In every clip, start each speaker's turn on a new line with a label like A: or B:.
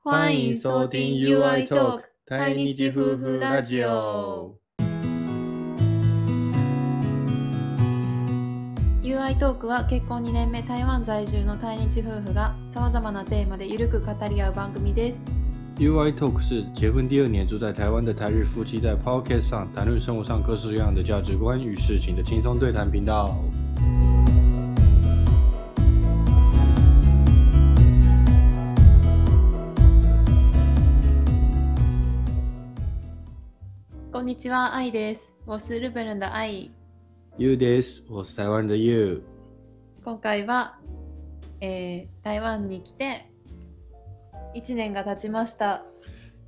A: 欢迎收听 UI Talk 台日夫婦ラジオ。
B: UI トークは結婚2年目台湾在住の対日夫婦がさまざまなテーマでゆるく語り合う番組です。
A: UI Talk 是结婚第二年住在台湾的台日夫妻在 Podcast 上谈论生活上各式各样的价值观与事情的轻松对谈频道。
B: こんにちは、愛です。我是日本人的愛。
A: You this，我是台湾的 You。
B: 今回は、えー台湾に来て1年が経ちました。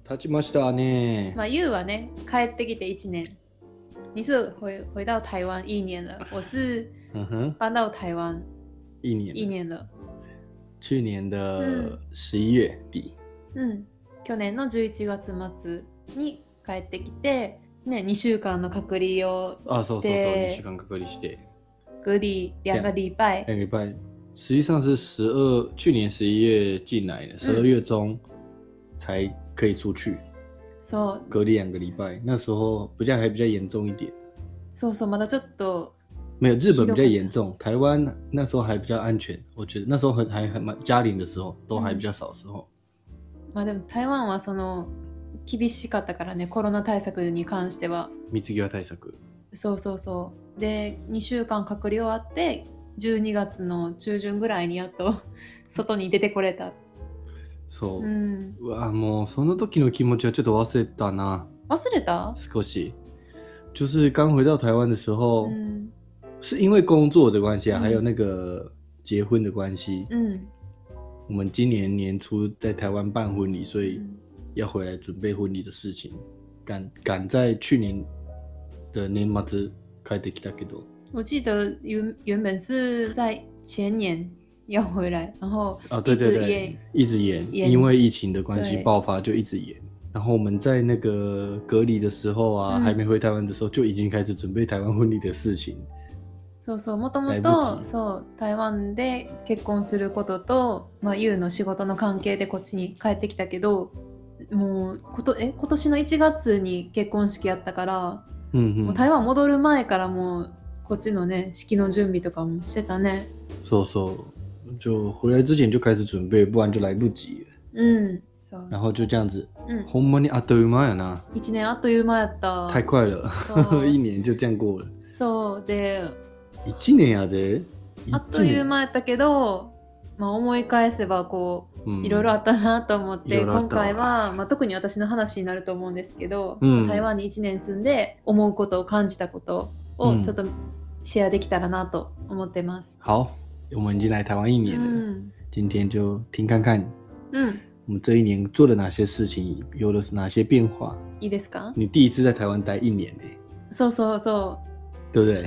A: 他去ましたね
B: ま。あ、ゆうはね、帰ってきて1年。你是回回到台湾一年了，我是
A: 嗯哼，
B: 搬到台湾
A: 一年，
B: 一，年了。
A: 去年的
B: 嗯
A: 十一月底。
B: うん、去年の11月末に帰ってきて、ね、2週間の隔離を
A: 啊，そうそ
B: し
A: うそう、二週
B: て、
A: 間隔離して。
B: 隔離两个礼拜。
A: 哎两个礼拜，实际上是十二，去年十一月进来的，十二月中才可以出去，
B: そう
A: 隔离两个礼拜。那时候比较还比较严重一点，
B: そうそう、まだちょっと、
A: 没有日
B: 西
A: 本
B: 都
A: 比较
B: 很
A: 严重，台湾那时候还比较安全，我觉得那时候很还还蛮嘉陵的时候都还比较少时候，
B: まあでも台湾はその厳しかったからね、コロナ対策に関しては。
A: 水際対策。
B: そうそうそう。で、2週間隔離終わって、12月の中旬ぐらいにやっ と外に出てこれた。
A: そうう。
B: ん、
A: うわもうその時の気持ちはちょっと忘れたな
B: 忘れた、
A: 少し。就是刚回到台湾的时候，
B: うん、
A: 是因为工作的关系
B: 嗯
A: 啊，还有那个结婚的关系，
B: うん、
A: 我们今年年初在台湾办婚礼，所
B: う
A: 以
B: ん。
A: 要回来准备婚礼的事情，赶赶在去年的年末帰ってきたけど，
B: 我记得原原本是在前年要回来，然后
A: 啊，对对
B: 一直
A: 对
B: 延，
A: 一直延，
B: 延
A: 因为疫情的关系
B: 对
A: 爆发就一直延。然后我们在那个隔离的时候啊，
B: 嗯
A: 还没回台湾的时候就已经开始准备台湾婚礼的事情。
B: そうそうもとも
A: 来不
B: と
A: 及
B: そう台湾で結婚することと、まあ、ユウの仕事の関係でこっちに帰ってきたけどもうことえ今年の1月に結婚式やったから、
A: 嗯
B: もう
A: 嗯，
B: 台湾戻る前からもうこっちのね式の準備とかもしてたね
A: そうそう，就回来之前就开始准备，不然就来不及了。
B: うんそう、
A: 然后就这样子，
B: うん、
A: ほんまにあっという間やな，
B: 1年あっという間やった
A: 太快了，
B: そう
A: 一年就这样过了。
B: そうで
A: 一年やで。
B: あっという
A: 一年、
B: 間やったけど、まあ、思い返せばこ
A: うん
B: ういろいろあったなと思っ
A: い
B: て、
A: ろいろあった
B: 今回は、まあ、特に私の話になると思うんですけど、
A: うん
B: 台湾に1年住んで思うことを感じたことを
A: うん
B: ちょっとシェアできたらなと思ってます。
A: 好，我们已经来台湾一
B: う
A: 年了，
B: ん、
A: 今天就听看看
B: うん、
A: 我们这一年做了哪些事情，有了哪些变化。
B: いいですか
A: 你第一次在台湾待一年呢、
B: そうそうそ
A: 对不对？
B: う、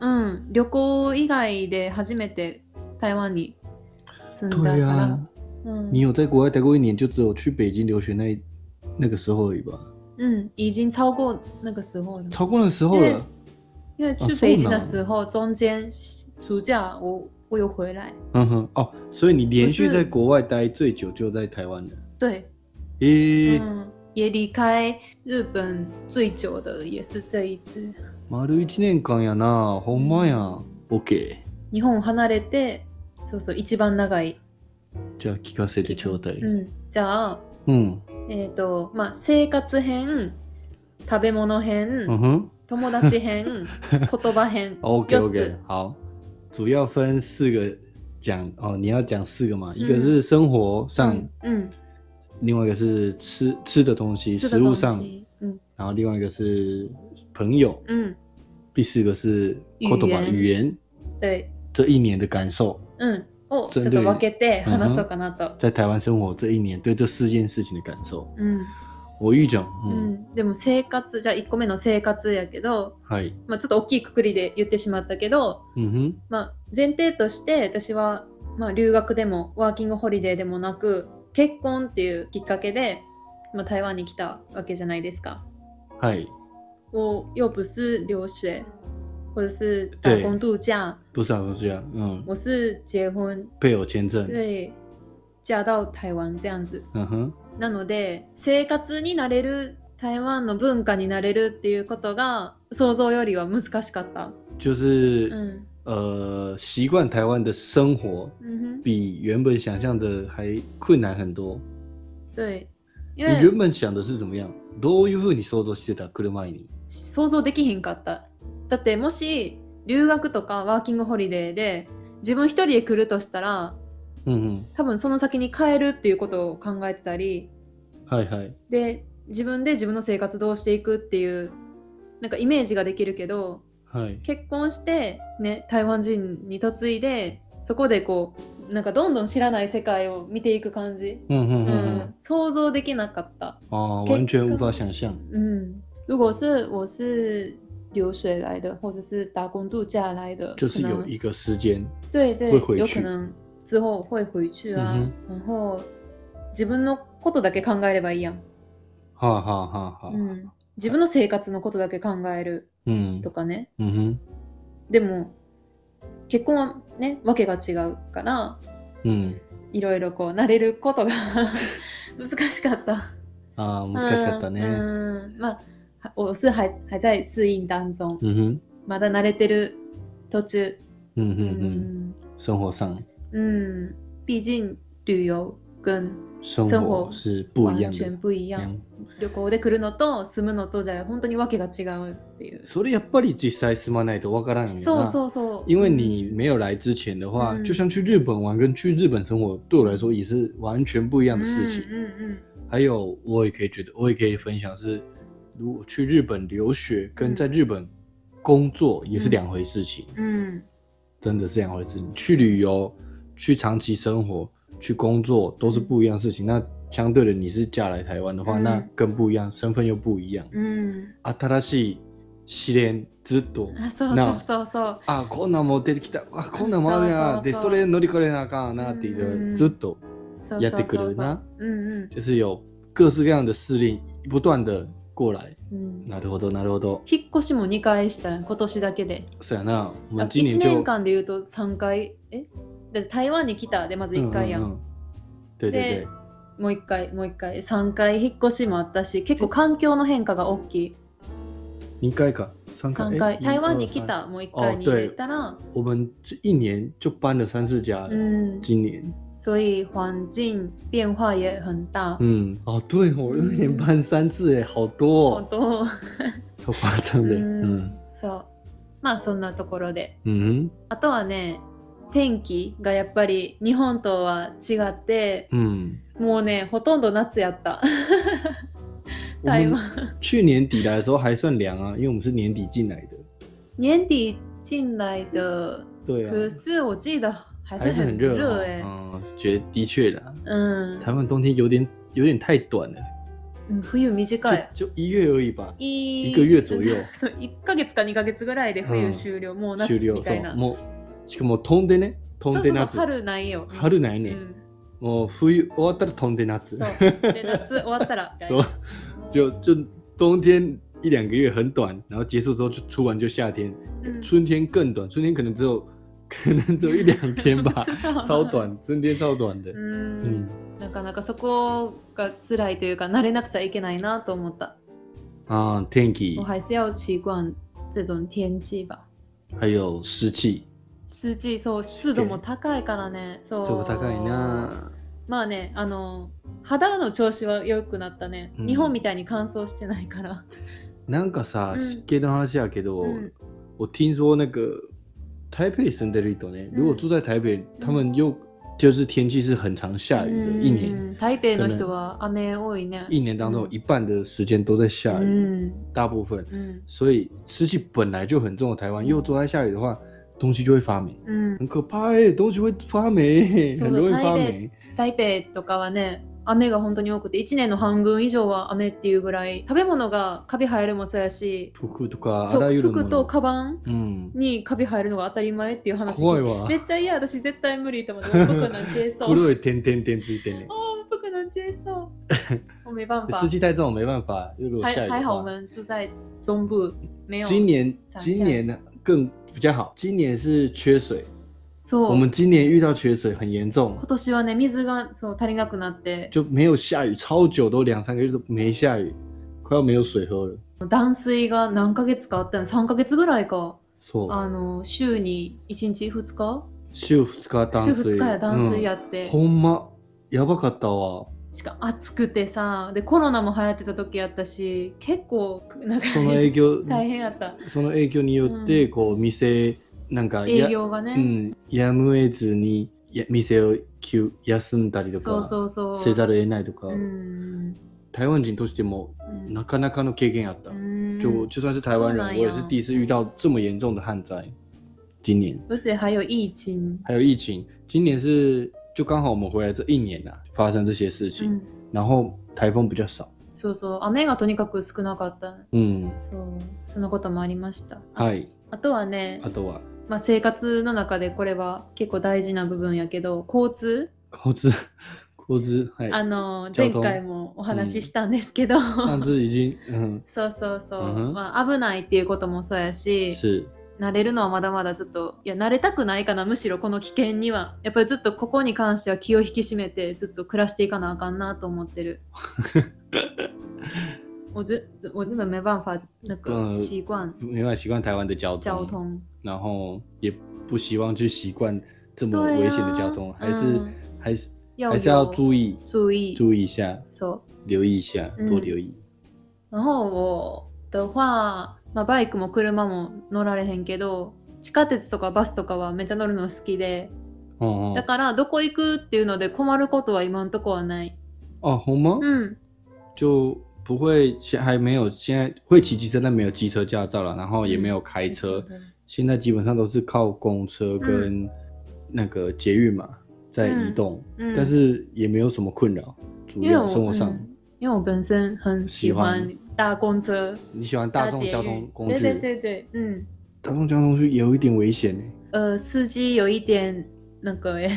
B: うん、旅行以外で初めて台湾に住んだ
A: 对
B: から、
A: 啊，
B: うん
A: 你有在国外待过一年，就只有去北京留学那一那个时候而已吧？
B: うん、已经超过那个时候了。
A: 超过那时候了
B: 对。因为
A: 啊
B: 去
A: 是
B: 北京
A: 呢
B: 的时候，中间暑假我我有回来，
A: 嗯哼，哦，所以你连续
B: 不是
A: 在国外待最久就在台湾了。
B: 对，
A: 咦、
B: 嗯，也离开日本最久的也是这一次。
A: 丸一年間やな、ほんまや
B: 嗯
A: ん。OK。
B: 日本を離れて、そうそう一番長い
A: じゃあ聞かせてちょうだい。
B: うん、じゃあ
A: うん。
B: えっ、とまあ生活編、食べ物編、
A: 嗯哼。
B: 友達編、言葉編。
A: OK
B: 柚
A: OK，
B: 子
A: 好，主要分四个讲哦，你要讲四个嘛，一
B: 嗯
A: 个是生活上，
B: 嗯嗯，
A: 另外一个是吃吃的东西，
B: 吃的
A: 食物
B: 东
A: 上，
B: 西，嗯
A: 然后另外一个是朋友，
B: 嗯，
A: 第四个是
B: 语
A: kotoba
B: 言
A: 语言，
B: 对，
A: 这一年的感受，
B: 嗯。をちょ
A: 全
B: っ
A: 部
B: と分けて話そうかなと。
A: 在台湾生活这一年对这四件事情的感受，
B: うん
A: 我预讲，
B: う
A: 嗯，
B: ん、でも生活じゃあ1個目の生活やけど、
A: 嗨，
B: まあ、ちょっと大きいくくりで言ってしまったけど、
A: 嗯哼，
B: まあ、前提として私は、まあ、留学でもワーキングホリデーでもなく結婚っていうきっかけで、まあ、台湾に来たわけじゃないですか。
A: 嗨，
B: 我又不是留学或者是打工度假
A: 不是啊，不是啊，嗯，
B: 我是结婚
A: 配偶签证，
B: 对嫁到台湾这样子。
A: 嗯哼，
B: なので生活になれる台湾の文化になれるっていうことが想像よりは難しかった。
A: 就
B: う
A: 是
B: ん。
A: 呃，习惯台湾的生活
B: うんふん。
A: 比原本想象的还困難很多。
B: 对。因
A: 你
B: 为
A: 原本想的是怎么样？どういうふうに想像してた来る前に？
B: 想像できひんかった。だってもし留学とかワーキングホリデーで自分一人で来るとしたら
A: うんうん。
B: 多分その先に帰るっていうことを考えてたり
A: はいはい。
B: で自分で自分の生活どうしていくっていうなんかイメージができるけど
A: はい。
B: 結婚して、ね、台湾人に嫁いでそこでこうなんかどんどん知らない世界を見ていく感じ、
A: 嗯哼
B: う
A: 哼哼。
B: ん、想像できなかった。
A: 哦，
B: 可以
A: 完全无法想象。
B: 嗯，如果是我是流水来的，或者是打工度假来的，
A: 就是
B: 可能
A: 有一个时间，
B: 对对
A: 会回去
B: 有可能之后会回去啊，
A: 嗯
B: 然后自分のことだけ考えればいいやん。
A: 哈哈哈哈
B: う。ん、自分の生活のことだけ考える
A: 嗯
B: とかね。
A: 嗯哼
B: でも結婚はねわけが違うから
A: 嗯
B: いろいろこう慣れることが 難しかった。
A: 啊，難しかった
B: う
A: ね。
B: んうんまあ、我是还还在适应当中。
A: 嗯哼
B: まだ慣れてる途中。
A: 嗯哼嗯，
B: 嗯
A: 生活上
B: 嗯，毕竟旅游跟
A: 生
B: 生
A: 活
B: 活
A: 是不一
B: 完
A: 样
B: 全
A: 的。
B: 不一样。旅行で来るのと住むのとじゃ本当にわけが違うっていう。
A: それやっぱり実際住まないとわからんよ
B: そう
A: な。
B: そうそう。
A: 因为你没有来之前的话，
B: 嗯
A: 就像去日本玩跟去日本生活，对我来说也是完全不一样的事情。
B: 嗯嗯
A: 还有，我也可以觉得，我也可以分享是，如果去日本留学跟
B: 嗯
A: 在日本工作也是
B: 嗯
A: 两回事情。
B: 嗯
A: 真的是两回事。你去旅游、去长期生活、去工作都是不一样的事情。那相对的，你是嫁来台湾的话，
B: 嗯
A: 那更不一样，身份又不一样。啊
B: うん
A: 新しい試練ずっと
B: うん。あそうそ
A: な
B: うそうそう。
A: あこんなんも出てきたあこんなんもある
B: そ
A: な
B: う
A: で
B: そうそ
A: そ
B: う
A: れ乗り越えなあかんなってい
B: 嗯
A: うの
B: 嗯
A: ずっと
B: そう
A: やっ
B: そ
A: て
B: う
A: く
B: そ
A: る
B: うそう
A: な。
B: うん
A: 就是有各式各样的试令不断的过来。
B: うんうん。
A: なるほどなるほど。
B: 引っ越しも2回したやん今年だけで。
A: そうやな。我
B: あ
A: 们今
B: 1
A: 年
B: 年
A: 就
B: 間で言うと3回。えだって台湾に来たでまず1回や
A: うんうん
B: ん。
A: うん对对对
B: で。もう1回もう1回3回引っ越しもあったし結構環境の変化が大きい。
A: 二回か三回
B: 3
A: え
B: 回
A: 一
B: 台湾に来
A: 二三
B: たもう1回に入れたら、
A: 我们这一年就搬了三四家，
B: 嗯，
A: 今年，
B: 所以环境变化也很大，
A: 嗯，哦，对哦，我一年搬三次，哎，好多
B: 好
A: 哦，
B: 多。
A: 超夸张的，嗯，
B: そう。まあそんなところで、
A: 嗯
B: あとはね、天気がやっぱり日本とは違って、
A: 嗯，
B: もうねほとんど夏やった。
A: 我
B: 台
A: 们
B: 湾。
A: 去年底来的时候还算凉啊，因为我们是年底进来的，
B: 年底进来的，
A: 对
B: 可
A: 啊，
B: 是我记得还
A: 还
B: 是
A: 是很
B: 很
A: 热
B: 热
A: 哦，
B: 哎、
A: 嗯，觉得的确啦，
B: 嗯
A: 台湾冬天有点有点太短了，
B: 嗯，冬短い。
A: 就就一月而已吧，
B: 一
A: 一个月左右
B: そう1ヶ月か2ヶ月ぐらいで冬終了、もう夏
A: 終了，
B: みた
A: そう
B: いな。
A: もうしかも飛んでね、飛
B: そ
A: ん
B: うそ
A: で
B: うそう
A: 夏、
B: 春ないよ。
A: 春ない
B: うん
A: ね。もう冬終わったら飛んで夏。。
B: そうで夏終わったら
A: 说就就冬天一两个月很短，然后结束之后就突然就夏天，
B: 嗯，
A: 春天更短，春天可能只有 可能只有一两天 吧
B: 知道
A: 超短，春天超短的
B: う。ん
A: 嗯
B: なかなかそこが辛いというか慣れなくちゃいけないなと思った。
A: 啊，天气
B: 我还是要习惯这种天气吧。
A: 还有湿气，
B: 湿気そう湿度も高いからね。そう。
A: 这个大概呢，
B: まあね、あの肌の調子は良くなったね。
A: うん
B: 日本みたいに乾燥してないから。
A: なんかさ、
B: 嗯
A: 湿気の話やけど
B: 嗯，
A: 我听说那个台北生的人呢，如果住在台北，他
B: 嗯
A: 们又就是天气是很常下雨的，一年。
B: うん台北の人は雨多いね。
A: 一年当中有
B: 嗯
A: 一半的时间都在下雨，
B: 嗯
A: 大部分，
B: 嗯
A: 所以湿气本来就很重的台湾，又都在下雨的话，东西就会发霉，
B: 嗯，
A: 很可怕哎、东西会发霉，
B: そう
A: 很容易
B: 台
A: 发霉。
B: 台北とかはね雨が本当に多くて1年の半分以上は雨っていうぐらい食べ物がカビ生えるもそうやし
A: 服とかあ
B: そ
A: ら
B: う
A: ゆるも
B: 服と
A: の。
B: カバン
A: うん。
B: にカビ生えるのが当たり前っていう話
A: 怖いわ
B: め。っちゃ嫌私絶対無理と 思って僕なんちゃいそう
A: 黒い点点点ついてね。
B: 哦僕なんちゃいそう 我没办法
A: 湿气太重没办法，如果下
B: 还
A: 雨
B: 还
A: 的
B: 好我
A: 话，
B: 们住在中部没有
A: 今年
B: 长下
A: 今年更比较好，今年是缺水，
B: そう
A: 我们今年遇到缺水很严重
B: 今，年はね水がそう足りなくなって
A: 就没有下雨，超久都两三个月都没下雨，快要没有水喝了。
B: 断水が何ヶ月かあったの3ヶ月ぐらいか
A: そう。
B: あの週に1日2日
A: 週2日断
B: 週2
A: 水。
B: 日や断水やっ
A: うん
B: て、
A: ほんま、やばかったわ。
B: しかも暑くてさでコロナも流行ってた時やったし結構なんか
A: その影 響、
B: 大変やった
A: その影響によって、こう、店、なんかや、
B: 営業が
A: う
B: ね、
A: ん、やむえずにや店を休休んだりとか
B: そうそうそう
A: せざるを得ないとか、
B: うん
A: 台湾人としても
B: うん
A: なかなかの経験あった。
B: うん
A: 就就算是台湾人
B: 是，哪
A: 我也
B: 样
A: 是第一次遇到这么严重的旱灾。今年
B: うち还有疫情、
A: 还有疫情，今年是就刚好我们回来这一年啊，发生这些事
B: う
A: 情，
B: ん、
A: 然后台风比较少。
B: そうそう雨がとにかく少なかった
A: 嗯，
B: そうそのこともありましたあ
A: 嗨，啊
B: あとはね
A: あとは
B: まあ、生活の中でこれは結構大事な部分やけど交通、
A: 交 通交通，嗨，
B: あの
A: 交
B: 前
A: 通
B: 回もお話ししたんですけど、
A: 上次已经嗯
B: そうそうそう、
A: うんうん
B: まあ、危ないっていうこともそうやし
A: 是
B: 慣れるのはまだまだちょっといや慣れたくないかなむしろこの危険にはやっぱりずっとここに関しては気を引き締めてずっと暮らしていかなあかんなと思って る。我真我真的没办法那
A: 嗯
B: 个习惯
A: 没办法习惯台湾的交通，
B: 交通。
A: 然后也不希望去习惯这么
B: 对
A: 危险的
B: 啊
A: 交通，还是、
B: 嗯
A: 还是
B: 要
A: 还是要
B: 有
A: 注意
B: 注意
A: 注意一下，
B: そう。
A: 留意一下，多
B: 嗯
A: 留意。
B: 然后我的话、まあ、バイクも車も乗られへんけど地下鉄とかバスとかはめっちゃ乗るの好きで
A: 哦、
B: だ
A: 哦
B: からどこ行くっていうので困ることは今んとこはない
A: 哦，红吗？
B: うん
A: 就不会，现还没有，现在会骑机车，但没有机车驾照了，然后也没有开
B: 嗯
A: 车，现在基本上都是靠公车跟那个捷运嘛在移动，
B: 嗯
A: 但是也没有什么困扰，主
B: 因为
A: 要
B: 我
A: 生活上、
B: 嗯因为我本身很喜欢搭公车
A: 你喜欢大
B: 搭
A: 众
B: 捷
A: 交
B: 运
A: 通工具，
B: 对对对对嗯
A: 大众交通工具有一点危险欸呢，
B: 呃司机有一点那个耶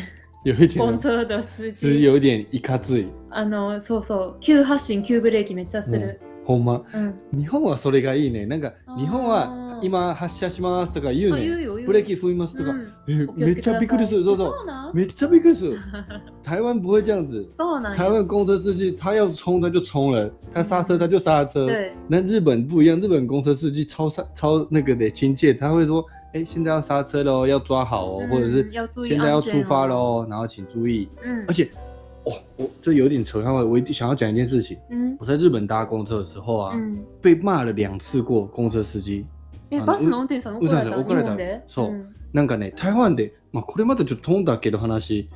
A: 有一点
B: 公车的司
A: 只
B: 机
A: 有一点一卡自己。
B: あのそうそう急発進急ブレーキめっちゃする、
A: ほんま
B: うん
A: 日本はそれがいいね。なんか
B: あー
A: 日本は今発車しますとか言う
B: 哦あ言う
A: ね。
B: よ言うよ
A: ブレーキ踏みますとか、
B: うん
A: え
B: お気をつ
A: めっ
B: け
A: ちゃびっくりする。
B: く
A: そ
B: だ
A: う
B: さい
A: そう。
B: そうなん
A: めっちゃびっくりす る。台湾不会这样子，
B: そうなん
A: 台
B: や。
A: 湾公车司机他要冲他就冲了，他刹车他就刹车。
B: 对，
A: 那日本不一样，日本公车司机超刹超那个得亲切，他会说，哎、现在要刹车喽，要抓好哦，
B: 嗯
A: 或者是
B: 要注意
A: 现在要
B: 安全
A: 出发
B: 哦。
A: 喽，然后请注意。
B: 嗯
A: 而，且，哦，我这有点扯开了，我一定想要讲一件事情。
B: 嗯
A: 我在日本搭公车的时候啊，
B: 嗯，
A: 被罵了两次过公車司機。
B: え
A: あの
B: バスの運転手さん怒られた
A: 運転手さん怒られた
B: 日本で
A: そうんなんかね、台湾で、まあ、これまたちょっと飛んだけど話、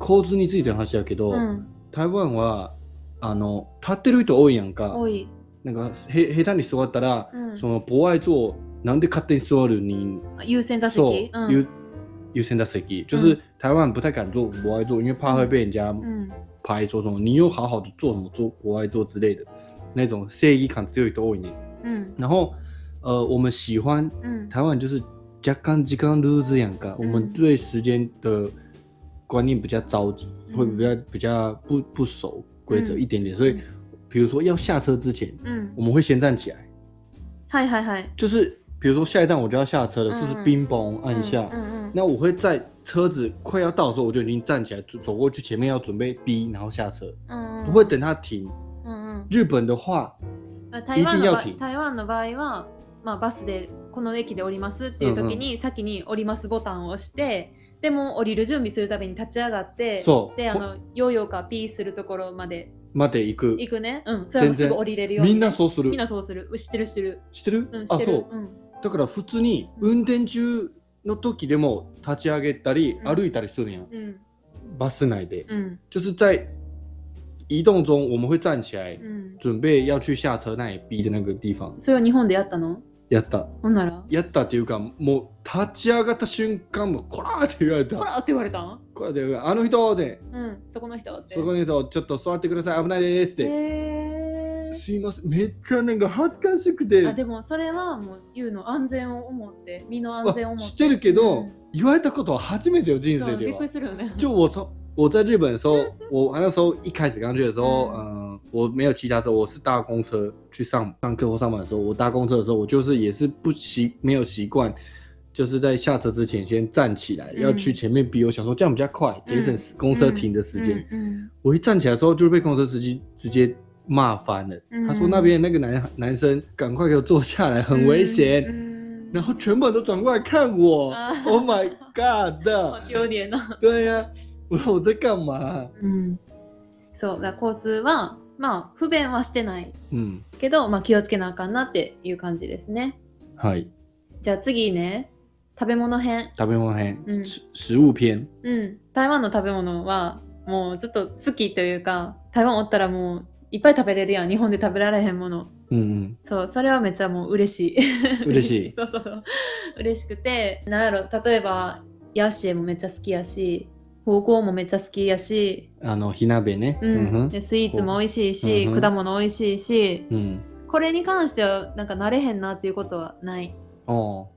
A: 交通についての話やけど、
B: うん、
A: 台湾は、あの、立ってる人多いやんか。
B: 多い。
A: なんか、へ、下手に座ったら、
B: うん
A: その、妨碍座、なんで勝手に座るに、
B: 優先座
A: そう
B: 席。、う
A: 優
B: ん。
A: 優先座席。就是、台湾不太敢坐博爱座，因为怕会被人家
B: うん。
A: 拍说什么，你又好好的坐什么坐博爱座之类的，那种正義感強い人多いね。
B: うん。
A: 然后，呃，我们喜欢
B: うん。
A: 台湾就是加干鸡干撸这样
B: 嗯
A: 干，我们对时间的观念比较着急，
B: 嗯
A: 会比较比较不不熟规则
B: 嗯
A: 一点点，所以
B: 嗯
A: 比如说要下车之前，
B: うん
A: 我。们会先站起来，
B: はいはいはい。
A: 就是比如说下一站我就要下车了，
B: 嗯
A: 是不是冰崩按一下？
B: うんうん。
A: 那我会在车子快要到的时候，我就已经站起来走走过去，前面要准备逼，然后下车，
B: うん
A: 不会等它停。
B: うんうん。
A: 日本的话，
B: あ台湾の場
A: 一定要停
B: 台湾の場合は、まあ、バスでこの駅で降りますっていう時に、先に降りますボタンを押してでも降りる準備するために立ち上がって
A: そう
B: であのヨーヨーかピーするところまで
A: 待て行く。
B: 行くねうんそれもすぐ降りれるよう
A: み
B: にね、
A: んなそうする
B: みん。なそうするうん知ってる知ってる
A: 知ってる？
B: うん知っ
A: あ、
B: て
A: そ
B: る
A: う。
B: うん
A: だから普通に運転中の時でも立ち上げたり
B: うん
A: 歩いたりするやん、
B: うん
A: バス内で。
B: うん
A: 就是在移动中，我们会站起来，
B: うん
A: 准备要去下车那里逼的那个地方。
B: それを日本でやったの
A: やった。
B: ほんなら
A: やったっていうか、もう立ち上がった瞬間もこらーって言われ
B: ほ
A: た。
B: らって言われたん
A: こらーって言われたあの人で、
B: うんそこの人って
A: そこの人ちょっと座ってください、危ないですって。
B: へー
A: すいません、めっちゃなんか恥ずかしくて。
B: あでもそれはもう言うの安全を思って身の安全を
A: あ
B: 思って
A: 知ってるけど、
B: うん
A: 言われたことは初めてよ人
B: そう
A: 生で
B: びっく
A: は
B: り。するよね。
A: 就我从我在日本的时候，我那时候一开始刚去的时候，
B: 嗯
A: 嗯、我没有骑脚踏车，我是搭公车去上上课或上班的时候，我搭公车的时候，我就是也是不习没有习惯就是在下车之前先站起来，
B: 嗯
A: 要去前面逼我，想说这样比较快，节省时公车停的时间。
B: 嗯
A: 我一站起来的时候，就被公车司机直接骂翻了。
B: 嗯
A: 他说那边那个男男生赶快给我坐下来，很危险。
B: 嗯
A: 然后全部人都转过来看我、
B: 啊
A: o h my god！
B: 丢脸な。
A: 对呀、我说我在干嘛、
B: うん。そう、だから交通は、まあ、不便はしてない
A: うん、
B: けど、まあ、気をつけなあかんなっていう感じですね。
A: はい。
B: じゃあ次ね、食べ物編。
A: 食べ物編、
B: うん
A: し食物編。
B: うん。台湾の食べ物は、もうずっと好きというか、台湾おったらもういっぱい食べれるやん。日本で食べられへんもの。
A: うん
B: そう、それはめっちゃもう嬉しい。
A: 嬉しい
B: そうそうそう。嬉しくて、なんやろ、例えば、ヤッシーもめっちゃ好きやし、方向もめっちゃ好きやし、
A: うん。あの火鍋ね。
B: うん
A: うん
B: でスイーツも美味しいし、
A: うんうん
B: 果物美味しいし、
A: うん。うん。
B: これに関してはなんか慣れへんなっていうことはない。
A: 哦，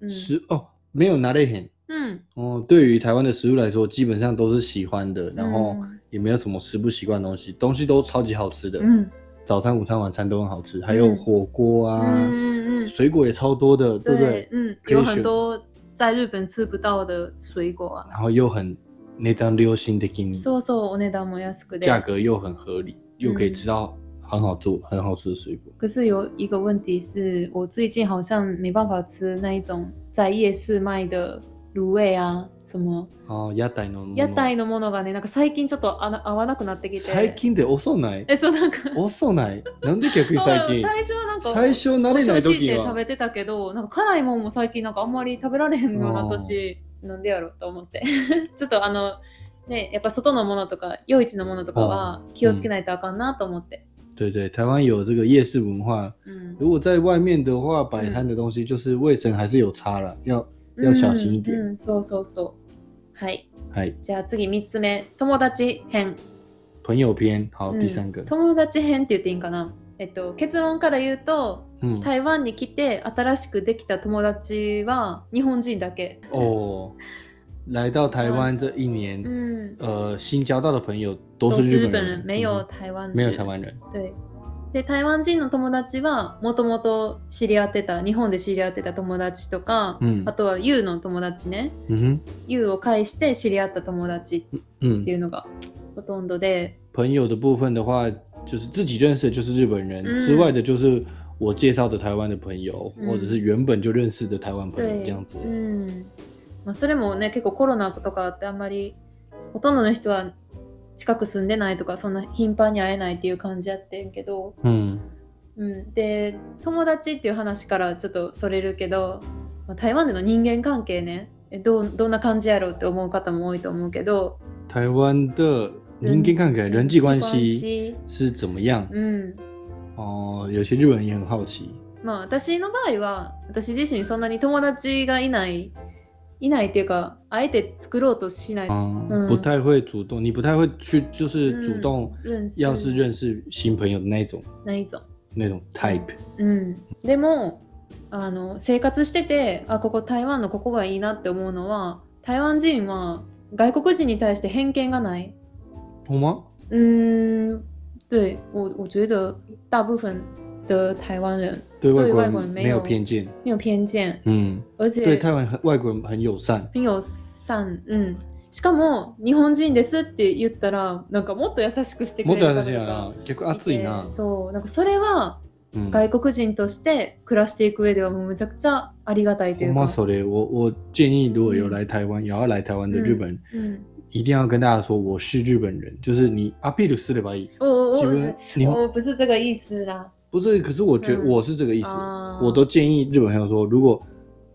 B: うん、
A: 食哦没有拿得很。
B: うん、
A: 哦，对于台湾的食物来说，基本上都是喜欢的，然后
B: うん
A: 也没有什么吃不习惯的东西，东西都超级好吃的，
B: うん
A: 早餐、午餐、晚餐都很好吃，还有
B: 嗯
A: 火锅
B: う
A: 啊，
B: んうん、
A: 水果也超多的，对不对？
B: 嗯，
A: 可以
B: 有
A: 选
B: 很多在日本吃不到的水果啊。
A: 然后又很那张流行的给你，
B: そうそう、お値段も安くで。
A: 价格又很合理，又可以吃到很好做、很好吃的水果。
B: 可是有一个问题是，我最近好像没办法吃那一种在夜市卖的卤味啊，什么
A: 哦，屋台のもの
B: 屋台のものがね、なんか最近ちょっと合わ合わなくなってきて。
A: 最近で遅ない
B: え、そうなんか。
A: 遅ないなんで逆に最
B: そう
A: 近
B: 最初はなんか。
A: 最初慣れない
B: しいっ
A: 時
B: て
A: は
B: 食べてたけど、なんか辛いもんも最近なんかあんまり食べられへんようになったし、なんでやろうと思って。 ちょっとあの、ね、やっぱ外のものとか、夜市のものとかは気をつけないとあかんなと思って。
A: 对对，台湾有这个夜市文化，
B: うん
A: 如果在外面的话，摆摊的东西就是卫生还是有差了，要要小心一点
B: うんうんそうそうそう。はい。
A: 哎，
B: じゃあ次3つ目、友達編。
A: 朋友篇，好，
B: うん
A: 第三个，
B: 友達編って言っていいんかな。えっと、結論から言うと、
A: 嗯，
B: 台湾に来て新しくできた友達は日本人だけ。
A: 哦，来到台湾这一
B: う
A: 年，
B: ん。
A: 呃，新交到的朋友都
B: 都
A: 是
B: 是
A: 日
B: 日
A: 本
B: 本人
A: 人，，
B: 没有
A: 嗯
B: 台湾人，
A: 没有台湾人，
B: 对。で台湾人の友達はもともと知り合ってた日本で知り合ってた友達とか、
A: うん
B: あとは YOU の友達ね
A: 嗯
B: YOU を介して知り合った友達っ
A: 哼，嗯
B: て，いうのがほとんどで、
A: 朋友的部分的话，就是自己认识的就是日本人、
B: 嗯
A: 之外的，就是我介绍的台湾的朋友，
B: 嗯
A: 或者是原本就认识的台湾朋友这样子。
B: うんまあ、それもね結構コロナとかってあんまりほとんどの人は近く住んでないとかそんな頻繁に会えないっていう感じやってんけど、
A: 嗯，
B: うん、で友達っていう話からちょっとそれるけど、まあ、台湾での人間関係ねえどうどんな感じやろうって思う方も多いと思うけど
A: 台湾的您可以看看人际关系是怎么样
B: うん
A: 哦。有些日本人也很好奇。
B: まあ私の場合は私自身そんなに友達がいないいないっていうかあえて作ろうとしない
A: 嗯，
B: 嗯
A: 不太会主动，你不太会去，就是主动，
B: 認識
A: 要是认识新朋友的那一种
B: ないぞ、
A: 那种 type。
B: うん、でもあの生活しててあここ台湾のここがいいなって思うのは台湾人は外国人に対して偏見がない
A: 好哦吗？
B: 嗯，对我我觉得大部分的台湾人
A: 对外
B: 对
A: 国
B: 外
A: 人
B: 国人没
A: 没有
B: 有
A: 偏见。
B: 没有偏见，
A: 嗯，
B: 而
A: 对
B: 且
A: 台湾很外国人很友善。
B: 很友善。嗯，しかも日本人ですって言ったらなんかもっと優しくしてく
A: も
B: れ
A: っ
B: る方と
A: と
B: か
A: 優しいやな。結構
B: い
A: 熱
B: て
A: いな。
B: そうなんかそれは
A: うん
B: 外国人として暮らしていく上ではもうむちゃくちゃありがたいと
A: 我
B: いう
A: 妈
B: か。
A: 说的，我我建议
B: 嗯
A: 如果有来台湾，也要来台湾的日本人，
B: うん。
A: 一定要跟大家说我是日本人，就是你阿屁鲁斯的吧？
B: おおお
A: 请问
B: お
A: 你
B: 我不是这个意思啦。
A: 不是？可是我觉得
B: 嗯
A: 我是这个意思，
B: 啊
A: 我都建议日本朋友说，如果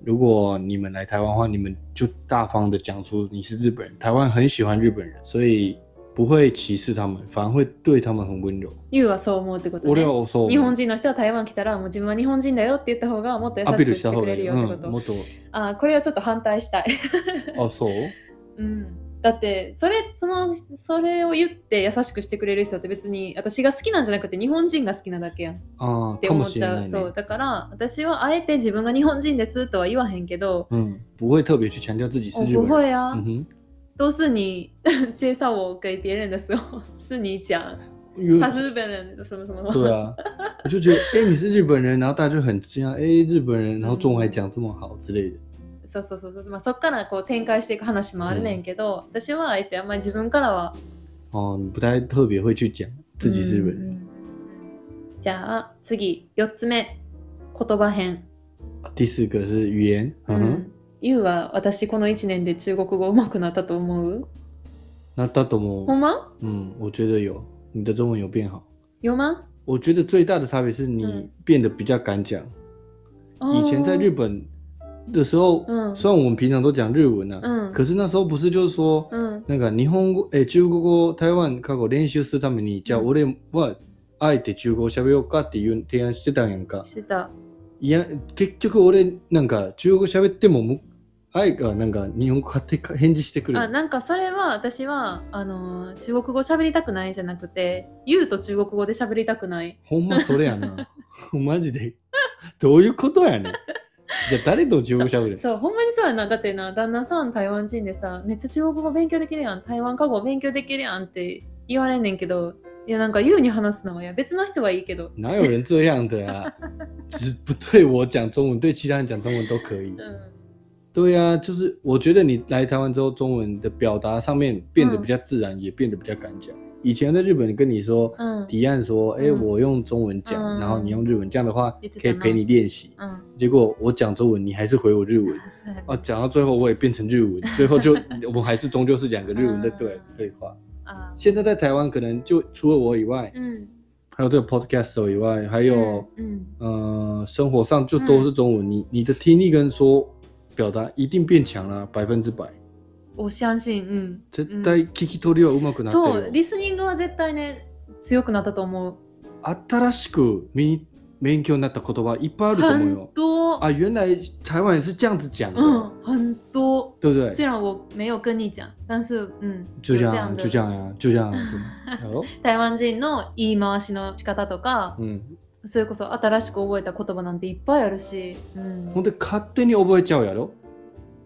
A: 如果你们来台湾的话，你们就大方的讲出你是日本人，台湾很喜欢日本人，所以不会歧视他们，反而会对他们很温柔。
B: 言うはそう思うってこと
A: 我
B: ね。
A: 有说
B: 日本人の人は台湾来たらもう自分は日本人だよって言った方がもっと優
A: ア
B: し
A: ピ
B: く
A: ールし
B: したて
A: 方
B: くれ
A: がい
B: る
A: い。
B: よ
A: う
B: っ
A: ん
B: てこと、
A: もっと。
B: あーこれはちょっと反対したい、
A: あ、そう？
B: うん、だってそれそのそれを言って優しくしてくれる人って別に私が好きなんじゃなくて日本人が好きなだけやんっ
A: あー、
B: て
A: か
B: 思
A: も
B: っ
A: し
B: ち
A: れ
B: ゃう
A: ない
B: そ
A: ね
B: う。だから私はあえて自分が日本人ですとは言わへんけど
A: うん、嗯不会特别去强调自己是
B: 我
A: 日
B: 不
A: 本人。
B: 会啊，
A: 嗯哼。
B: 都是 你介绍我给别人的时 候是你讲，
A: 因为
B: 他是日本人，什么什么什
A: 对
B: 么，
A: 啊，
B: 嗯
A: 我就觉得，哎、你是日本人，然后大家就很惊讶，哎、日本人，然后中文还讲这么好之类的，
B: そうそうそうそう、まあ、そっからこう展開していく話もあるねんけど、私はあえてあんまり自分からは
A: 哦，你不太特别会去讲自己是
B: うん
A: 人。
B: うんじゃあ次4つ目言葉編、
A: 啊第四个是语言，嗯哼，
B: ゆうは私この1年で中国語上手くなったと思う
A: 那大
B: ほ
A: 懂吗？
B: んま
A: 嗯，我觉得有，你的中文有变好。
B: 読まん
A: 我觉得最大的差别是你
B: 嗯
A: 变得比较敢讲。
B: あー
A: 以前在日本的时候，
B: 嗯
A: 虽然我们平常都讲日文啊，
B: 嗯
A: 可是那时候不是就是说，
B: うん
A: 那个日本語、えー中国語を台湾過去練習するために、じゃあ
B: うん
A: 俺はあえて中国語喋ろうかっていう提案してたんやんか。
B: してた
A: いや、結局俺なんか中国語喋ってもむ、愛がなんか日本語買ってか返事してくる。
B: あなんかそれは私はあのー中国語喋りたくないじゃなくてゆうと中国語で喋りたくない
A: ほんまそれやな。 マジで。どういうことやねん。じゃあ誰と中国語喋る
B: そうほんまにそうやなだってな旦那さん台湾人でさめっちゃ中国語勉強できるやん台湾語勉強できるやんって言われんねんけどいやなんか言うに話すのはいや別の人はいいけど、
A: 哪有人这样的啊？只不对我讲中文，对其他人讲中文都可以
B: う。ん、
A: 对呀、就是我觉得你来台湾之后，中文的表达上面变得
B: 嗯
A: 比较自然，也变得比较敢讲。以前在日本跟你说，
B: 嗯
A: 迪安说，哎、
B: 嗯
A: 我用中文讲，
B: 嗯
A: 然后你用日文，这样的话
B: 也知道
A: 可以陪你练习。
B: うん、
A: 结果我讲中文，你还是回我日文，
B: そうや
A: 啊，讲到最后我也变成日文，最 后就我们还是终究是两个日文在对、
B: 嗯
A: 对话。
B: あ
A: 现在在台湾，可能就除了我以外，
B: うん
A: 还有这个 podcast 以外，还有、
B: うん
A: 呃，生活上就都
B: 嗯
A: 是中文，你你的听力跟说表达一定变强了，百分之百。
B: おしゃんしんうん
A: 絶対聞き取りはうまくな
B: そ
A: っ
B: う
A: てる
B: リスニングは絶対ね強くなったと思う
A: 新しく身に勉強になった言葉いっぱいあると思う
B: 反
A: よ。
B: 動
A: あ、原来台湾也是这样子讲的，
B: うん反動
A: 对不对？
B: 虽然我没有跟你讲但是うん
A: 就这
B: 有
A: 样，
B: 的
A: 就这样呀，就 这样啊。对哦
B: 台湾人の言い回しの仕方とか、
A: うん。
B: それこそ新しく覚えた言葉なんていっぱいあるし、うん
A: ほんで勝手に覚えちゃうやろ。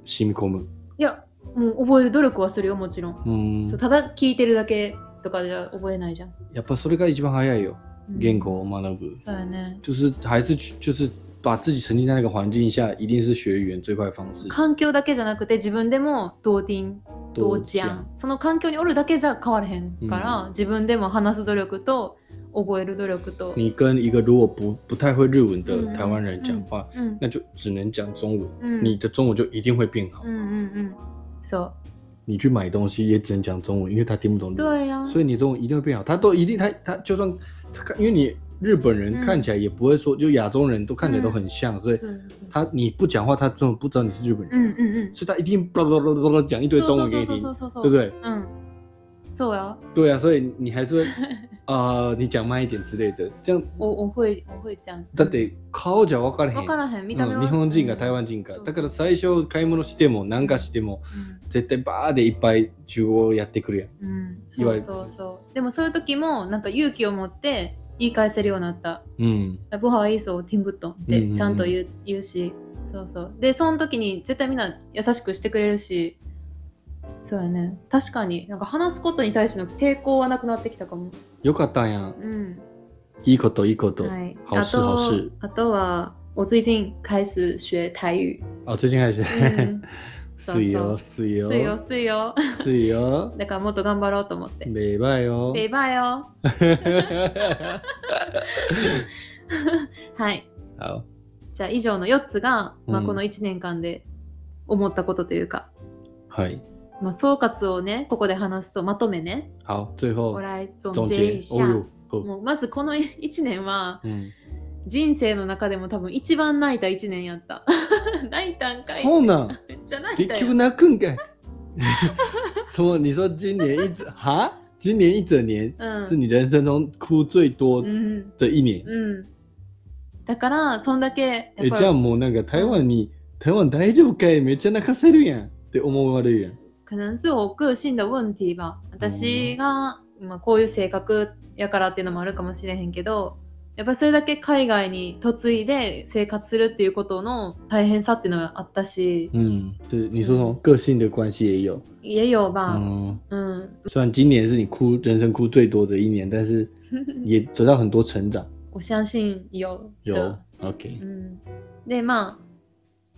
A: 染み込む。
B: いやもう覚える努力はするよもちろん、
A: うん
B: そう。ただ聞いてるだけとかじゃ覚えないじゃん、
A: やっぱそれが一番早いよ。
B: うん
A: 言語を学ぶ。
B: そうやね
A: 就是还是去就是把自己沉浸在那个环境下，一定是学语言最快的方式。
B: 環境だけじゃなくて自分でも同ン同治安その環境におるだけじゃ変わらへんから、
A: うん
B: 自分でも話す努力と覚える努力と、
A: 你跟一个如果不不太会日文的
B: 嗯
A: 台湾人讲话，
B: うん
A: 那就只能讲中文，
B: うん、
A: 你的中文就一定会变好。
B: うんうんうんそ
A: 你去买东西也只能讲中文，因为他听不懂
B: う
A: 日
B: ど
A: 文，
B: うや
A: 所以你中文一定会变好。他都一定他他就算他看，因为你日本人
B: 嗯
A: 看起来也不会说，就亚洲人都看起来都很像，所以
B: そうそうそう
A: 他你不讲话，他根本不知道你是日本人，
B: うんうんうん
A: 所以他一定叭叭叭叭叭讲一堆中文给你听，
B: そう
A: 对
B: そうそうそうそう
A: 不对？
B: うん。そうや。
A: 对啊，所以你还是会，呃，你讲慢一点之类的，这样
B: お、お会、お会ちゃん。
A: だって顔じゃ分からへん。
B: わからへん。見た目
A: う
B: は。
A: ん日本人が台湾人か、
B: そうそう
A: だから最初買い物しても何かしても絶対バーでいっぱい中国語やってくるやん
B: うん。うん。
A: 言
B: そ
A: われ
B: う
A: る
B: そうそう。でもそういう時も、なんか勇気を持って言い返せるようになった。
A: うん
B: 不好意思をティンブットンっ
A: うんうんうん
B: てちゃんと言う,、言うし。そうそう。で、その時に絶対みんな優しくしてくれるし。そうやね。確かに、なんか話すことに対しての抵抗はなくなってきたかも。
A: よかったんやん
B: うん。
A: いいこといいこと、
B: はい。
A: 好
B: あ
A: 事好
B: と
A: 事、
B: あとは、我最近開始学台语。
A: あ最近開始
B: うん
A: 水曜水曜
B: 水よ水よ
A: 水曜
B: だからもっと頑張ろうと思って。
A: めばよ
B: ベイバーよ。 はい。
A: 好
B: じゃあ以上の4つが、まあ、
A: うん
B: この1年間で思ったことというか、
A: はい
B: まあ、総括をね、ここで話すとまとめね、
A: 好最後
B: おらい存
A: 总
B: じ一
A: 結おう
B: 下
A: よ。おう
B: もうまずこの1年は
A: うん
B: 人生の中でも多分一番泣いた1年やった。 泣いたんかい
A: そうなん
B: めっちゃ泣いた
A: 結
B: よ
A: 局。泣くん かいそう你说今年一整は今年一整年
B: うん
A: 是你人生中哭最多
B: うん
A: 的一年。
B: うん、だから、そんだけや
A: え
B: っぱ
A: じゃあ
B: り
A: もうなんか台湾
B: 嗯
A: に、台湾大丈夫かいめっちゃ泣かせるやんって思われるやん。
B: 可能是我个性的问题吧。私が、まあ、こういう性格やからっていうのもあるかもしれへんけど、やっぱそれだけ海外に嫁いで生活するっていうことの大変さっていうのはあったし、
A: 嗯，就是你说什么个性的关系也有。
B: 也有吧、
A: 嗯，
B: うん、
A: 虽然今年是你哭人生哭最多的一年，但是也得到很多成长。
B: お相信有
A: 有
B: 的、
A: ，OK，
B: うん。で、まあ、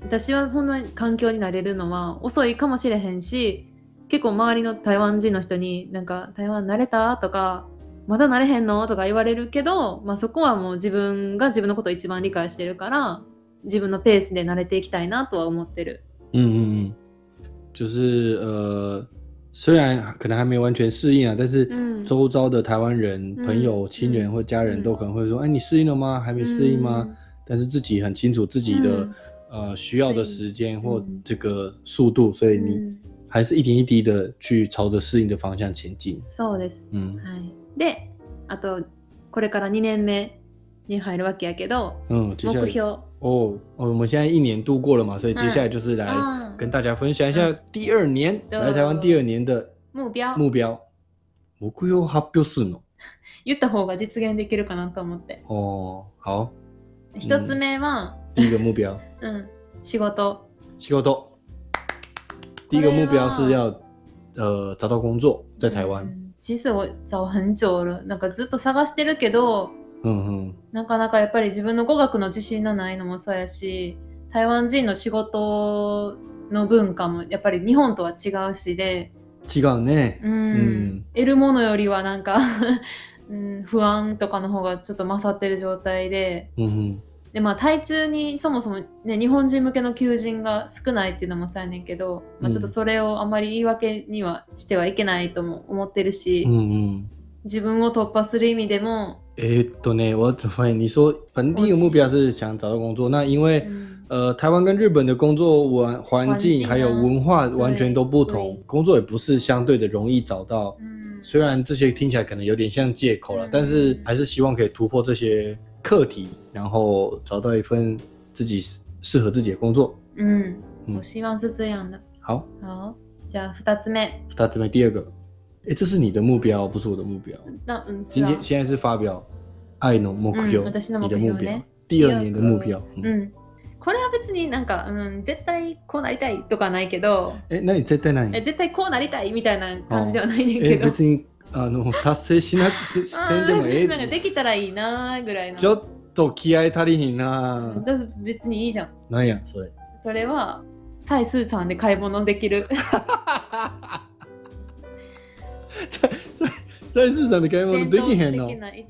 B: 私はほんまに環境に慣れるのは遅いかもしれへんし結構周りの台湾人の人になんか「台湾慣れた?」とか「まだ慣れへんの?」とか言われるけど、まあ、そこはもう自分が自分のことを一番理解してるから自分のペースで慣れていきたいなとは思ってる。
A: 嗯嗯嗯，就是呃，虽然可能还没有完全适应啊，但是
B: 嗯
A: 周遭的台湾人、
B: 嗯
A: 朋友、亲人
B: 嗯
A: 或家人
B: 嗯
A: 都可能会说：“哎、你适应了吗？还没适应吗？”但是自己很清楚自己
B: 嗯
A: 的、呃需要的
B: 适
A: 时间或
B: 嗯
A: 这个速度，所以
B: うん
A: 你
B: うん
A: 还是一点一滴的去朝着适应的方向前进。
B: そうです。
A: 嗯
B: はい、であとこれから2年目に入るわけやけど
A: 嗯，接
B: 目
A: 下来
B: 標あ
A: 哦哦，我们现在一年度过了嘛，所以
B: 嗯
A: 接下来就是来
B: あ
A: 跟大家分享一下第二年、
B: 对
A: 来台湾第二年的
B: 目標
A: 目标。目標発表するの。
B: 言った方が実現できるかなと思って
A: 哦，好，
B: 一つ目は、
A: 第一个 目标
B: うん、仕事
A: 仕事。第一个目标是要呃找到工作，在台湾
B: う。ん其实我找很久了なんかずっと探してるけど
A: 嗯嗯
B: なかなかやっぱり自分の語学の自信のないのもそうやし台湾人の仕事の文化もやっぱり日本とは違うしで、
A: 違うね。
B: うん
A: ん
B: 得るものよりはなんか、うん、不安とかの方がちょっと勝ってる状態で
A: 嗯
B: でまあ台中にそもそも、ね、日本人向けの求人が少ないっていうのもそうやねんけど、ま
A: う
B: あ、
A: ん
B: ちょっとそれをあまり言い訳にはしてはいけないとも思ってるし、
A: 嗯嗯嗯。
B: 自分を突破する意味でも、
A: 诶，对呢，我怎么发现你说，反正第一个目标是想找到工作，那因为、
B: うん
A: 呃，台湾跟日本的工作文环
B: 环
A: 境
B: 境
A: 还有
B: 啊
A: 文化完全
B: 对
A: 都不
B: 对
A: 同，工作也不是相对的容易找到。
B: うん
A: 虽然这些听起来可能有点像借口了，
B: 嗯
A: 但是还是希望可以突破这些课题，然后找到一份自己适适合自己的工作。
B: うん
A: うん
B: もう希望是这样的
A: 好，
B: 好じゃあ2つ目
A: 那这边第二个，哎，这是你的目标，不是我的目标。
B: な、うん、
A: 今天
B: そう
A: 现在是发表爱农目标，
B: 啊嗯私的
A: 你
B: 目
A: 的
B: 标
A: 目
B: 呢
A: 标，第二年的目标。
B: う
A: 嗯，
B: んこれは別になんか、うん、絶対こうなりたいとかないけど
A: 哎、那你在在哪里
B: え？絶対こうなりたいみたいな感じではないねん
A: え
B: けど、
A: 別にあの達成しな くせせ
B: あ
A: んでもえ
B: なんか
A: え
B: できたらいいなぐらいの
A: ちょっと気合足りひんな
B: だって別にいいじゃん
A: なんやそれ
B: それはサイスーさんで買い物できる
A: 財津さんで買 い物できへ
B: 伝
A: ん
B: 統
A: の
B: 的ない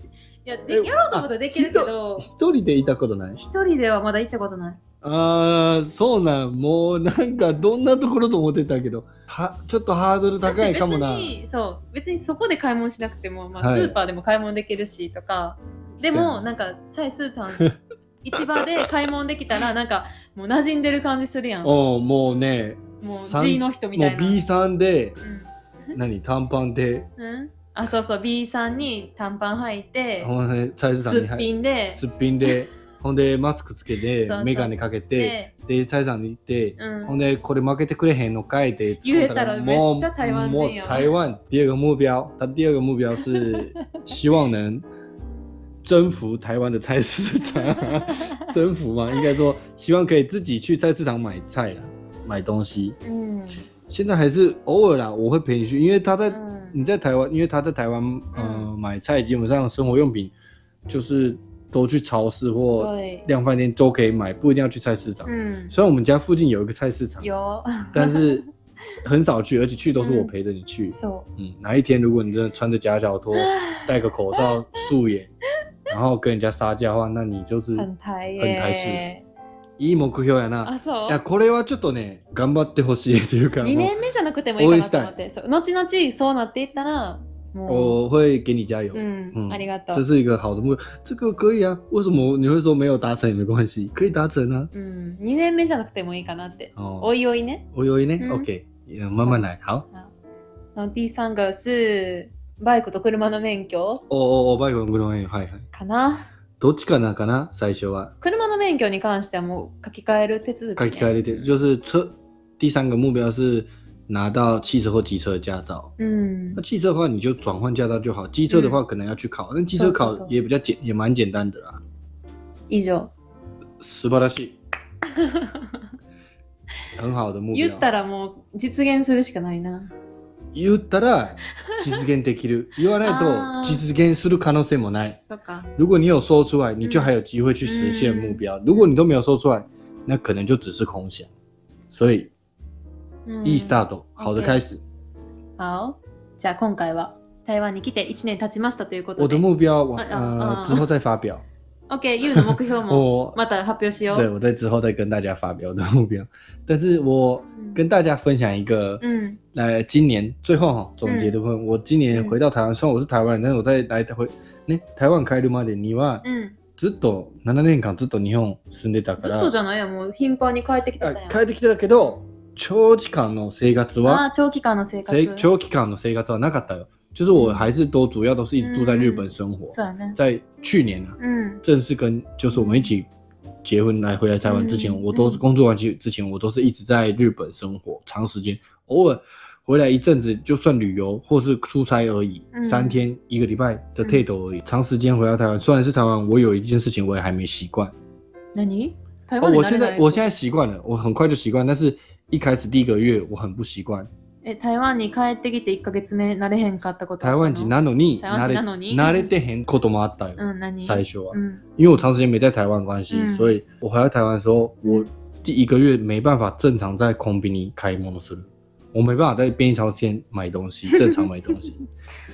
B: や
A: え
B: でやろうと思ったらできるけど
A: 一人でいたことない
B: 一人ではまだ行ったことない
A: あーそうなんもうなんかどんなところと思ってたけどはちょっとハードル高いかもな
B: 別にそう別にそこで買い物しなくても、まあ
A: はい
B: スーパーでも買い物できるしとかで
A: そうや
B: もなんかサイスーさん市場で買い物でき たらなんかもう馴染んでる感じするやんも
A: おうもうね
B: う
A: さん
B: G の人み
A: も
B: た
A: う
B: いな
A: B さんで
B: うん
A: 何短パンで
B: うん、あそうそう B さんに短パン履いて
A: ほんで財津さん
B: す
A: に
B: っ
A: はい
B: ぴんです
A: っぴんでほんでマスクつけ て
B: そうそう
A: 眼鏡かけて
B: で、
A: で財津さんに行って
B: うん、
A: ほんで、これ負けてくれへんのかいって
B: 言えたらめっちゃ台湾人
A: も
B: やわ
A: うもう台湾第二个目标，他第二个目标是希望能征服台湾的菜市场，征服嘛，应该说希望可以自己去菜市场买菜啦，买东西。
B: うん
A: 现在还是偶尔啦，我会陪你去，因为他在、
B: うん
A: 你在台湾，因为他在台湾呃买菜，基本上生活用品就是都去超市或
B: 对
A: 量贩店都可以买，不一定要去菜市场。
B: うん
A: 虽然我们家附近有一个菜市场。
B: 有
A: 但是很少去，而且去都是我陪着你去。
B: そ
A: 嗯哪一天如果你真的穿着夹脚拖，戴个口罩、素颜，然后跟人家撒娇的话，那你就是
B: う反対
A: 反対すいい目標やな。
B: あそ
A: いや
B: う
A: これはちょっとね頑張ってほしいというか、
B: 2
A: も
B: 年目じゃなくてもいいか
A: 応援
B: な
A: し
B: と
A: たい
B: 思ってそう後々そうなっていったら
A: う
B: も
A: 我会给你加油
B: う、。うん
A: うん
B: ありがと
A: 这
B: う、
A: 是一个好的目标，这个可以啊。为什么你会说没有达成也没关系？可以达成啊。
B: うん、2年目じゃなくてもいいかなって
A: 哦，
B: おいおいね
A: 我有一呢
B: 嗯
A: ，OK，呃慢慢来。好，
B: あの D さんがすバイクと車の免許
A: 哦哦哦，バイクのグローンはいはい。
B: かな
A: どっちかなかな最初は。
B: 車の免許に関してはもう書き換える手続き、
A: 可以
B: ね、
A: 开一点，就是车。第三个目标是拿到汽车或机车的驾照。
B: うん
A: 那汽车的话，你就转换驾照就好；机车的话，可能要去考。但机车考
B: 是是是
A: 也比较简，也蛮简单 的啦。
B: 以上
A: 素晴らしい，很好的目標。
B: 言ったらもう実現するしかないな
A: 言ったら実現で きる。言わない
B: あー
A: と実現する可能性もない。
B: そっか
A: 如果你有说出来，你就还有机会去实现目标；如果你都没有说出来，那可能就只是空想。所以、
B: うん
A: いいスタート、好的开始。
B: 好じゃあ今回は台湾に来て1年経ちましたということ
A: 我的
B: で。
A: 目标，我
B: 啊啊
A: 呃
B: 啊
A: 之后再发表。
B: OK、ユウの目標 も
A: 我
B: また発表しよ
A: 对
B: う。
A: 我在之后再跟大家发表我的目标， 但是我跟大家分享一个，
B: うん。
A: 呃，今年最后哈总结的部分，我今年回到台湾，虽然我是台湾人，但是我在来回ね台湾帰るまでには
B: うん。
A: ずっと7年間ずっと日本住んでたか
B: ずっ
A: ら
B: とじゃないやんもう頻繁に帰ってきてた
A: あ
B: やん。
A: 帰ってきてたけど長時間の生活
B: あ
A: は
B: ー長期間の生活。
A: せ長期間の生活はなかったよ。就是我还是都主要都是一直住在日本生活，
B: そうやね。
A: 在去年啊
B: うん。
A: 正式跟就是我们一起结婚来回来台湾之前，
B: 嗯
A: 我都是工作完去之前，我都是一直在日本生活长时间，偶尔回来一阵子，就算旅游或是出差而已，
B: 嗯
A: 三天一个礼拜的 t 头而已。长时间回到台湾，虽然是台湾，我有一件事情我也还没习惯，
B: 何台
A: 哦
B: 湾、に
A: 我
B: 慣れ
A: 现
B: な
A: 在
B: い
A: 我现在习惯了，我很快就习惯，但是一开始第一个月我很不习
B: 哦
A: 惯。
B: え台湾に帰ってきて1ヶ月目慣れへんかったことあった
A: 台
B: の
A: 湾人なのに
B: 哦台湾人なのに
A: 慣れてへんこともあったよ，
B: うん、何
A: 最初は。
B: うん。
A: 啊因为我长时间没在台湾的关系，
B: 嗯
A: 所以我回到台湾的时候，
B: 嗯
A: 我第一个月没办法正常在空比尼开摩托车，我没办法在便利超市买东西，正常买东西，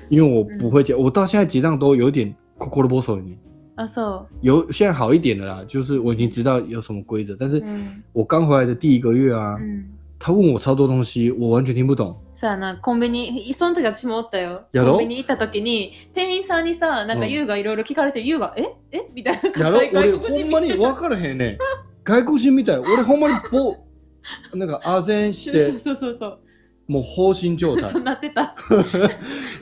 A: 因为我不会结，我到现在结账都有点抠抠的波手你。
B: あ、そ
A: 有现在好一点了啦，就是我已经知道有什么规则，但
B: う。
A: 是
B: うん。
A: 我刚回来的第一个月啊，
B: うん。
A: 他问我超多东西，我完全听不懂。
B: さあな、コンビニ、いその時私もおったよ。
A: やろ
B: コンビニ行った時に、店員さんにさ、なんか
A: うん
B: 優がいろいろ聞かれて、優が、ええみたいな
A: や
B: 感
A: ろ
B: じで
A: 俺
B: 外国
A: ほ
B: 人
A: ん
B: み
A: ま
B: たい
A: に
B: な。
A: 分からへんねん。外国人みたい。俺ほんまにぼなんかあぜんして
B: そうそうそう
A: もう放心状
B: そう。
A: 態
B: そ。うなってた。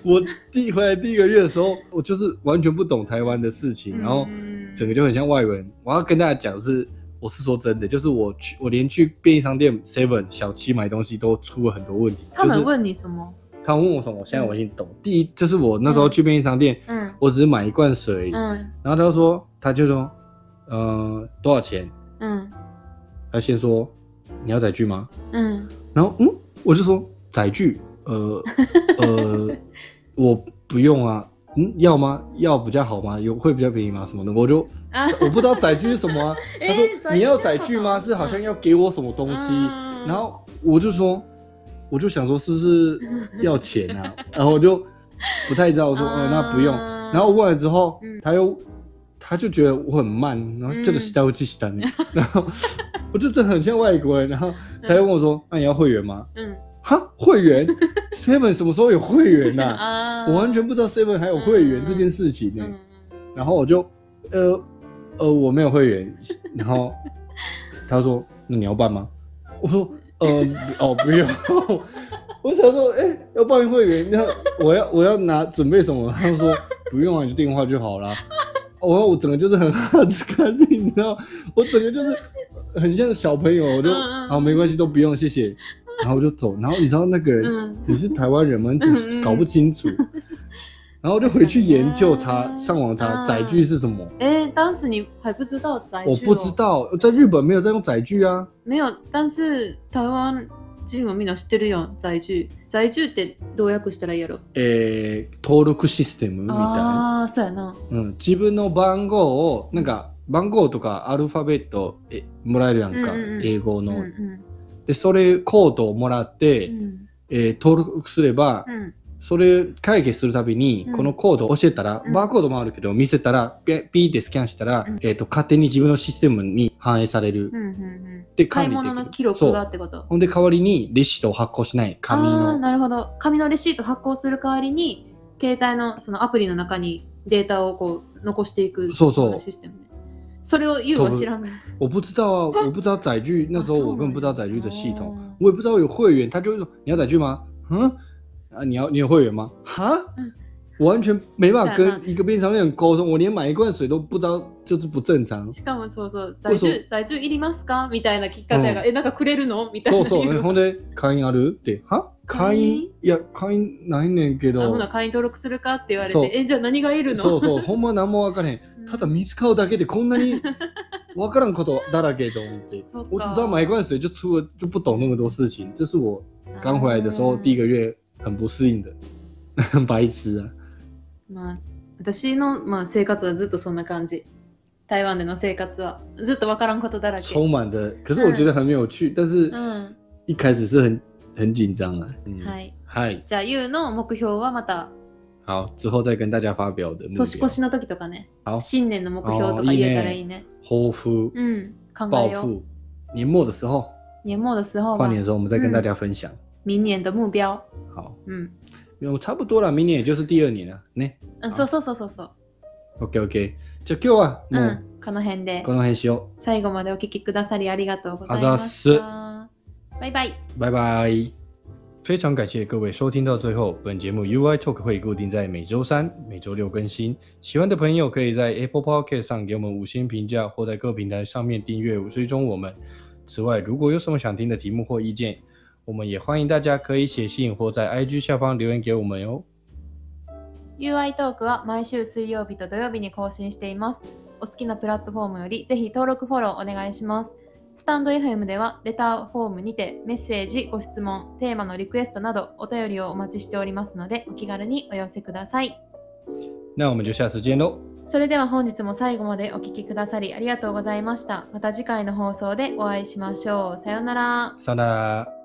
A: 我第回来第一个月的时候，我就是完全不懂台湾的事情，然后
B: うん
A: 整个就很像外国人。我要跟大家讲是，我是说真的，就是我去，我连去便利商店 Seven 小七买东西都出了很多问题。
B: 他
A: 就是
B: 们问嗯你什么？
A: 他们问我什么，我现在我已经懂。第一就是我那时候去便利商店，
B: 嗯
A: 我只是买一罐水，
B: 嗯
A: 然后他就说，他就说，呃，多少钱？
B: 嗯
A: 他先说你要载具吗？
B: 嗯
A: 然后嗯，我就说载具，呃呃，我不用啊，嗯，要吗？要比较好吗？有会比较便宜吗？什么的，我就
B: 啊，
A: 我不知道载具是什么啊。他
B: 诶
A: 说你要载
B: 载具
A: 具吗？
B: 好
A: 是好像
B: 嗯
A: 要给我什么东西？
B: 嗯
A: 然后我就说，我就想说是不是要钱 啊？然后我就不太知道，我说哦那不用。
B: 啊
A: 然后问了之后
B: 嗯，
A: 他又他就觉得我很慢，然后
B: 嗯
A: 这个是我记 起单，然后我就真的很像外国人，然后他又问我说，那你要会员吗？
B: 嗯
A: 哈，会员？Seven 什么时候有会员呐、
B: 啊，
A: 我完全不知道 Seven 还有会员这件事情呢、
B: 嗯
A: 然后我就呃呃我没有会员，然后他说那你要办吗？我说呃哦不用，我想说哎、要办会员，那我要我要拿准备什么？他说不用啊，你就电话就好啦。我我整个就是很哈斯卡西，你知道，我整个就是很像小朋友，我就
B: 嗯嗯
A: 啊没关系都不用谢谢，然后我就走，然后你知道那个人、
B: 嗯
A: 你是台湾人吗？你怎
B: 嗯
A: 么
B: 嗯
A: 搞不 清楚？然后我就回去研究查，
B: 嗯
A: 上网查
B: 嗯
A: 载具是什么。
B: 诶，当时你还不知道载具、
A: 我不知，道，在日本没有在用载具啊。
B: 没有，但是台湾人はみんな知ってるやん、在住。在住ってどう訳したらいいやろ
A: えー、登録システムみたいな。
B: ああ、そうやな。
A: うん、自分の番号をなんか番号とかアルファベットえもらえるやんか、
B: うんうんうん
A: 英語
B: うん
A: の。
B: う
A: でそれコードをもらって、
B: んうん
A: えー登録すれば、
B: うん
A: それ会議するたびに、
B: うん
A: このコードを教えたら、
B: うん
A: バーコードもあるけど見せたらピッピーってスキャンしたら、
B: うん
A: えー、と勝手に自分のシステムに反映される、
B: うんうん
A: で
B: 買い
A: 管理できる
B: 物の記録が
A: そう
B: ってこと
A: ほんで代わりにレシートを発行しない紙
B: あー
A: の
B: なるほど紙のレシート発行する代わりに携帯のそのアプリの中にデータをこう残していく
A: そうそう
B: よなシステムねそれを YOU は知らんが
A: 我不知道啊我不知道载具那时候我根本不知道载具的系統我也不知道有会员他就说你要载具吗嗯啊你要你有会员吗哈
B: 嗯
A: 完全没办法
B: 对啊
A: 跟一个便利商店沟通，我连买一罐水都不知道，就是不正常。
B: しかもそうそう在
A: そうそ
B: 住在住いりますかみたいな聞き方やが、
A: う
B: えなんかくれるのみたいな
A: そうそう、
B: 言
A: え
B: う
A: ほんで会員あるって、は会
B: 会
A: 員
B: 員
A: いや会員ないねんけ
B: あ
A: ど
B: ほ。な会員登録するかって言われ
A: そう
B: てえじゃあ何がいるの
A: そうそう、ほんま何も分からへん。
B: うん
A: ただ見つかうだけでこん なに分からんことだらけと思って
B: そっ。か
A: 我只知道买一罐水就出了就不懂那么多事情，这是我刚回来的时候
B: あー
A: 第一个月很不适 应的，很白痴啊。
B: まあ私の、まあ、生活はずっとそんな感じ台湾での生活はずっと分からんことだらけ
A: 充满着，可是我觉得很有趣，但是
B: うん
A: 一开始是很很紧张啊。嗯
B: はい
A: 嗨，
B: じゃあ YOU の目標はまた
A: 好，之后再跟大家发表的目标。
B: 年越しの時とかね
A: 好
B: 新年の目標とか言えたらいいね
A: 剖腹
B: うん考
A: 暴
B: えよう
A: 富，年末的时候，
B: 年末的时候
A: 跨
B: は
A: 年的时候我们再跟大家分享。
B: 明年的目標
A: 好，
B: うん
A: 因为差不多了，明年也就是第二年了。ね。
B: うんそうそうそうそうそう
A: OK OK。じゃあ今日は
B: う
A: もうん
B: この辺で
A: この辺しよ
B: 最後までお聞きくださりありがとうござい
A: あざっ
B: ますすバイバイ
A: う，拜拜。非常感谢各位收听到最后，本节目 UI Talk 会固定在每周三、每周六更新。喜欢的朋友可以在 Apple Podcast 上给我们五星评价，或在各平台上面订阅、追踪我们。此外，如果有什么想听的题目或意见，我们也欢迎大家可以写信或在 IG 下方留言给我们哦。
B: UI トークは毎週水曜日と土曜日に更新しています。お好きなプラットフォームよりぜひ登録フォローお願いします。スタンド FM ではレターフォームにてメッセージ、ご質問、テーマのリクエストなどお便りをお待ちしておりますのでお気軽にお寄せください。
A: 那我们就下次见喽，
B: それでは本日も最後までお聞きくださりありがとうございました。また次回の放送でお会いしましょう。さようなら。
A: さよなら。